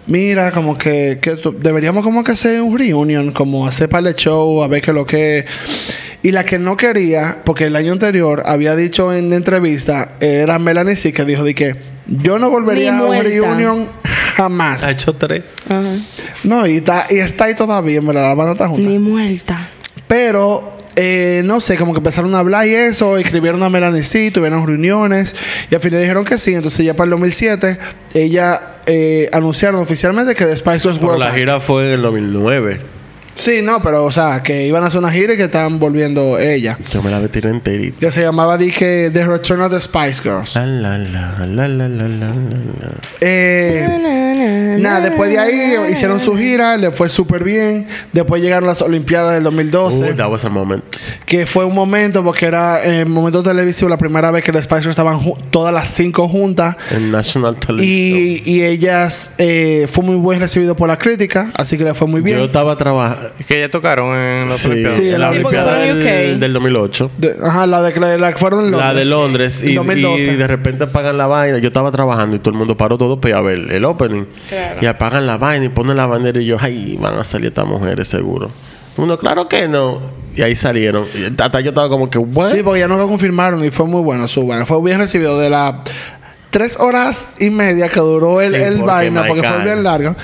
mira, como que, que tú- deberíamos como que hacer un reunion, como hacer para el show, a ver qué es lo que... Y la que no quería, porque el año anterior había dicho en la entrevista, era Melanie C, que dijo de que yo no volvería Ni a un muerta. reunion jamás. Ha hecho tres. Ajá. No, y está, y está ahí todavía, en verdad, la banda está junta. Ni muerta. Pero eh, no sé, como que empezaron a hablar y eso, escribieron a Melanie C, tuvieron reuniones y al final dijeron que sí. Entonces ya para el 2007 ella eh, anunciaron oficialmente que The Spice Girls Pero World la Tour. gira fue en el 2009. Sí, no, pero o sea, que iban a hacer una gira y que estaban volviendo ella. Yo me la vestiré enterita. Ya se llamaba, dije, The Return of the Spice Girls. La, la, la, la, la, la, la, la. Eh, nada, después de ahí hicieron su gira, le fue súper bien. Después llegaron las Olimpiadas del 2012, Ooh, Uh, that was a moment. que fue un momento, porque era el momento televisivo, la primera vez que las Spice Girls estaban ju- todas las cinco juntas. El National Television. Y, y ellas eh, fue muy buen recibido por la crítica, así que le fue muy bien. Yo estaba trabajando. Que ya tocaron en los Sí, Olimpiadas. Sí, en la sí, porque Olimpiada fue en del, UK. del 2008. De- ajá, la de la, la que fueron en Londres. La de Londres. En Y, 2012. y de repente apagan la vaina. Yo estaba trabajando y todo el mundo paró todo para ir a ver el opening. Y apagan la vaina y ponen la bandera y yo, ay, van a salir estas mujeres seguro. Uno, claro que no. Y ahí salieron. Y hasta yo estaba como que, what? Sí, porque ya nos lo confirmaron y fue muy bueno su bueno. Fue bien recibido de la tres horas y media que duró el, Sí, el porque, vaina, my porque God. fue bien largo.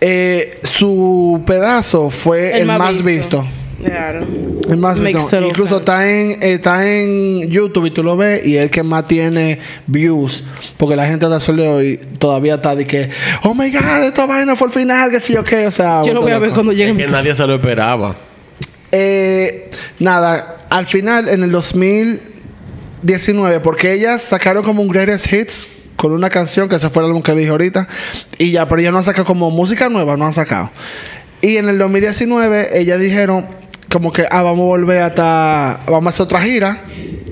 Eh, su pedazo fue el, más visto. Claro. El más Makes visto. total sense. Incluso está en, eh, está en YouTube y tú lo ves y es el que más tiene views. Porque la gente hasta solo hoy todavía está de que, oh my god, esta vaina fue el final, que sí o qué. O sea, Yo lo voy a ver Ah, loco. cuando llegue Es mi que casa. nadie se lo esperaba. Eh, nada, al final, en el 2019, porque ellas sacaron como un Greatest Hits con una canción, que ese fue el álbum que dije ahorita, y ya, pero ellas no han sacado como música nueva, no han sacado. Y en el 2019, ellas dijeron como que, ah, vamos a volver hasta, vamos a hacer otra gira,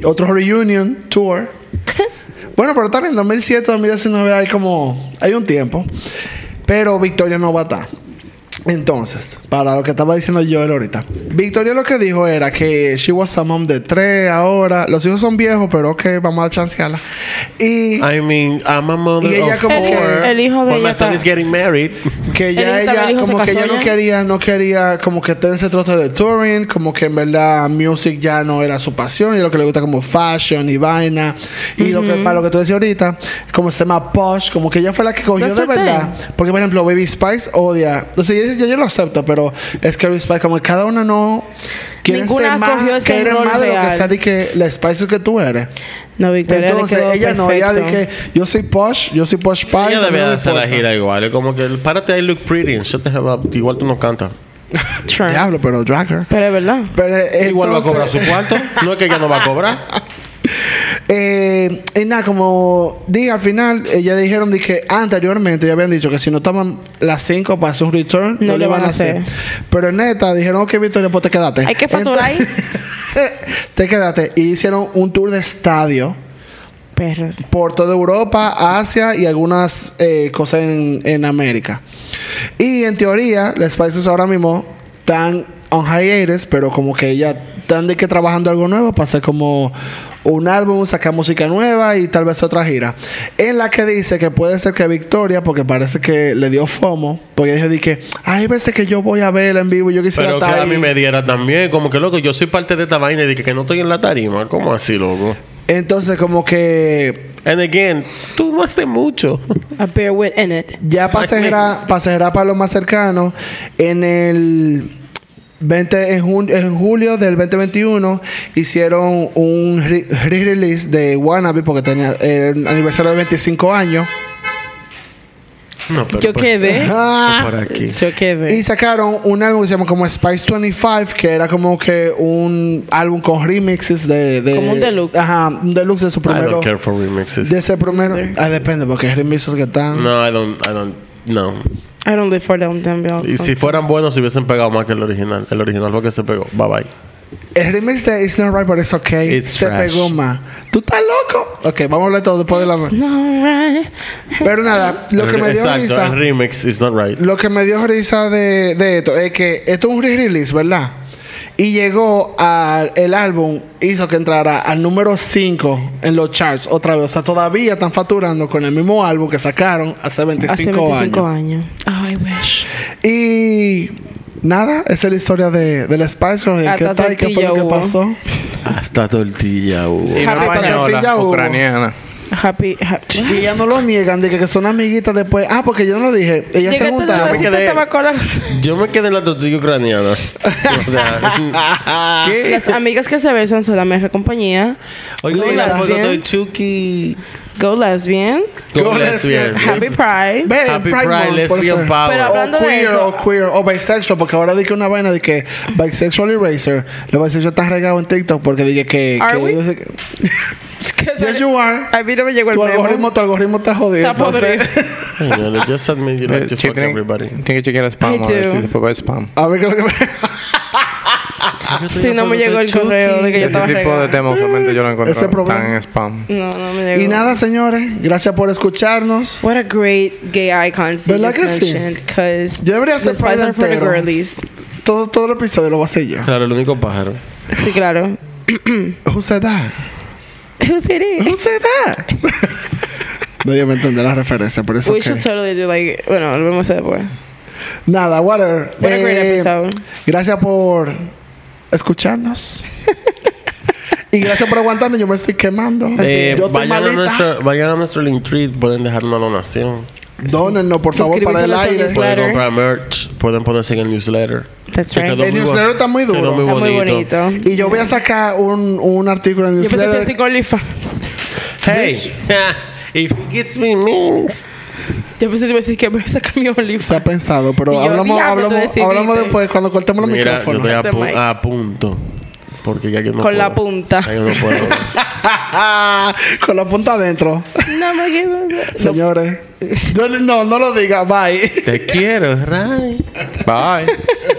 otro reunion tour. bueno, pero también en 2007, 2019 hay como, hay un tiempo, pero Victoria no va a estar. Entonces, para lo que estaba diciendo yo ahorita, Victoria lo que dijo era que she was a mom de tres ahora, los hijos son viejos, pero ok, vamos a chancearla. Y I mean, I'm a mother Y ella of como four. que- el hijo de But my ella son está- is getting married. que ya El hijo ella, también, el hijo se como que casó ella no ya. quería, no quería, como que ten ese trozo de touring, como que en verdad music ya no era su pasión y lo que le gusta como fashion y vaina. Y lo que, para lo que tú decías ahorita, como se llama posh, como que ella fue la que cogió That's de her thing. verdad. Porque, por ejemplo, Baby Spice odia. O sea, yo, yo- yo lo acepto, pero es que Baby Spice, como que cada una no. Quiere Ninguna ser más, cogió ese quiere rol más de lo que real. sea de que la Spice que tú eres. No, Victoria Entonces, le quedó ella no, ella perfecto. dije, yo soy posh, yo soy posh Spice. a ella mí no debía me de hacer la importa". gira igual. Es como que, párate ahí, look pretty. and Shut the hell up. Igual tú no cantas. Trump. Diablo, pero drag her. Pero es verdad. Pero, eh, Igual va a cobrar su entonces, cuarto. No es que ella no va a cobrar. eh, y nada, como dije al final, ella dijeron de que anteriormente ya habían dicho que si no toman las 5 para su return, no, le van a hacer. Pero neta, dijeron que Victoria, pues te quedaste. Hay que facturar ahí. te quedaste. Y hicieron un tour de estadio Perros. por toda Europa, Asia y algunas eh, cosas en, en América. Y en teoría, las países ahora mismo están on hiatus, pero como que ya están de que trabajando algo nuevo para hacer como un álbum, sacar música nueva y tal vez otra gira. En la que dice que puede ser que Victoria, porque parece que le dio FOMO, porque ella dijo que hay veces que yo voy a verla en vivo y yo quisiera Pero que estar a ahí". mí me diera también. Como que, loco, yo soy parte de esta vaina y dije que no estoy en la tarima. ¿Cómo así, loco? Entonces como que And again, tú no haces mucho. A bear with in it. Ya pasajera, pasajera para lo más cercano en el 20 en, jun- en julio del 2021 hicieron un re- re-release de Wannabe porque tenía eh, el aniversario de 25 años No, pero. pues, Yo pero- quedé. Por aquí. Yo quedé. y sacaron un álbum que se llama como Spice 25 que era como que un álbum con remixes de, de- Como un deluxe. ajá un deluxe de su I don't primero care for remixes. de ese primero ah, depende porque hay remixes que están No, I don't. I don't. No. I don't live for them, them bill. Y si fueran buenos, se hubiesen pegado más que el original. El original fue que se pegó. Bye bye. El remix de It's Not Right, but It's Okay It's se trash. pegó más. ¿Tú estás loco? Ok, vamos a hablar todo después de la. No, right. Pero nada, lo El- que me dio Exacto, risa. el remix is not right. Lo que me dio risa de, de esto es que esto es un re-release, ¿verdad? Y llegó al el álbum, hizo que entrara al número 5 en los charts otra vez. O sea, todavía están facturando con el mismo álbum que sacaron hace 25, Hace 25 años. años. Oh, I wish. Y nada, esa es la historia de, de la Spice Girls. ¿Qué Hasta tal? ¿Qué fue lo tortilla que hubo. pasó? Hasta tortilla uh. hubo. Y no Happy española, Tortilla hubo. ucraniana. Happy. happy. Y ellas no lo niegan, de que, que son amiguitas después. Ah, porque yo no lo dije. Ellas se Llegaste juntaron. me quedé. a colar. Yo me quedé en la tortilla ucraniana. o sea, Ah, ¿qué? Las amigas que se besan son la mejor compañía. Oiga, Leila, la foto bien. de Chucky. Go lesbians. Como Go lesbian. Happy Pride. Ve, en Happy Pride Pride, Month, por lesbian eso. power. Pero hablando o de queer, eso- o queer, o bisexual, porque ahora dije una vaina de que bisexual eraser, los bisexuales están regados en TikTok porque dije que. que Are we? ellos- Que yes, se- you are. A mí no me llegó el Tu memo. algoritmo, tu algoritmo está jodido. Está Entonces, ah, Señores, just admit you like to Eh, Sí, fuck tiene, everybody. tiene que chequear el spam. Me A ver too. si fue para spam. a ver qué es lo que Sí, no me llegó el correo de que yo Ese estaba tipo de regada. temas usualmente yo lo encuentro Ese problema. tan en spam. No, no me llegó. Y nada, señores, gracias por escucharnos. What a great gay icon she ¿Verdad just que sí? mentioned. Cause Yo debería hacer the spies Pride are for the entero. girlies. Todo, todo el episodio lo voy a hacer yo. Claro, el único pájaro. Sí, claro. Who said that? Who said it? Who said that? Nadie me entendió la referencia, por eso. We should totally do like... Bueno, lo vamos a hacer después. Nada, whatever. What a great Eh, episode. Gracias por escucharnos. y gracias por aguantarme. Yo me estoy quemando. Eh, Yo estoy vayan, a malita. nuestro, vayan a nuestro link tree, pueden dejar una donación. Dónennos, por favor, Suscribirse para el a nuestro aire. newsletter. Pueden Claro. comprar merch, pueden ponerse en el newsletter. That's Que right. quedó El muy newsletter bo- está muy quedó duro. muy Está muy bonito. bonito. Y yo voy a sacar un, un artículo en el Yo pensé que newsletter. así con OnlyFans. Hey, if it gets me Este means. Yo pensé que iba a decir que voy a sacar mi OnlyFans. Se ha pensado, pero Y yo, hablamos, diablo, te hablamos, decidiste. hablamos después cuando cortemos los Mira, yo micrófonos. estoy a, Este pu- mic. a punto. Porque ya yo no Con puedo. la punta. Ya yo no puedo. Ah, Con la punta adentro. No me quedo. Señores. Yo- no, no lo diga. Bye. Te quiero, Ray. Bye.